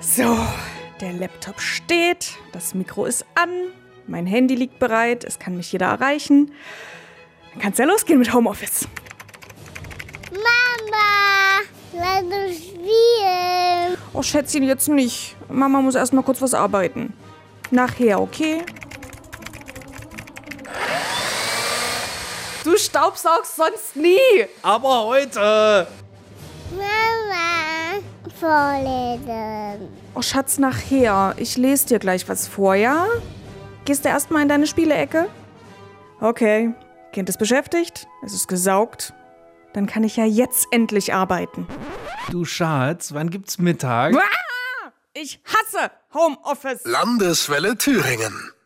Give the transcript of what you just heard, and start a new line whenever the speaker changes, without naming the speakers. So, der Laptop steht, das Mikro ist an, mein Handy liegt bereit, es kann mich jeder erreichen. Dann kann's ja losgehen mit Homeoffice.
Mama, lass uns spielen.
Oh, Schätzchen, jetzt nicht. Mama muss erst mal kurz was arbeiten. Nachher, okay?
Du staubsaugst sonst nie.
Aber heute. äh,
Mama, vorlesen.
Oh, Schatz, nachher. Ich lese dir gleich was vor, ja? Gehst du erstmal in deine Spielecke? Okay. Kind ist beschäftigt, es ist gesaugt. Dann kann ich ja jetzt endlich arbeiten.
Du Schatz, wann gibt's Mittag?
Ich hasse Homeoffice.
Landeswelle Thüringen.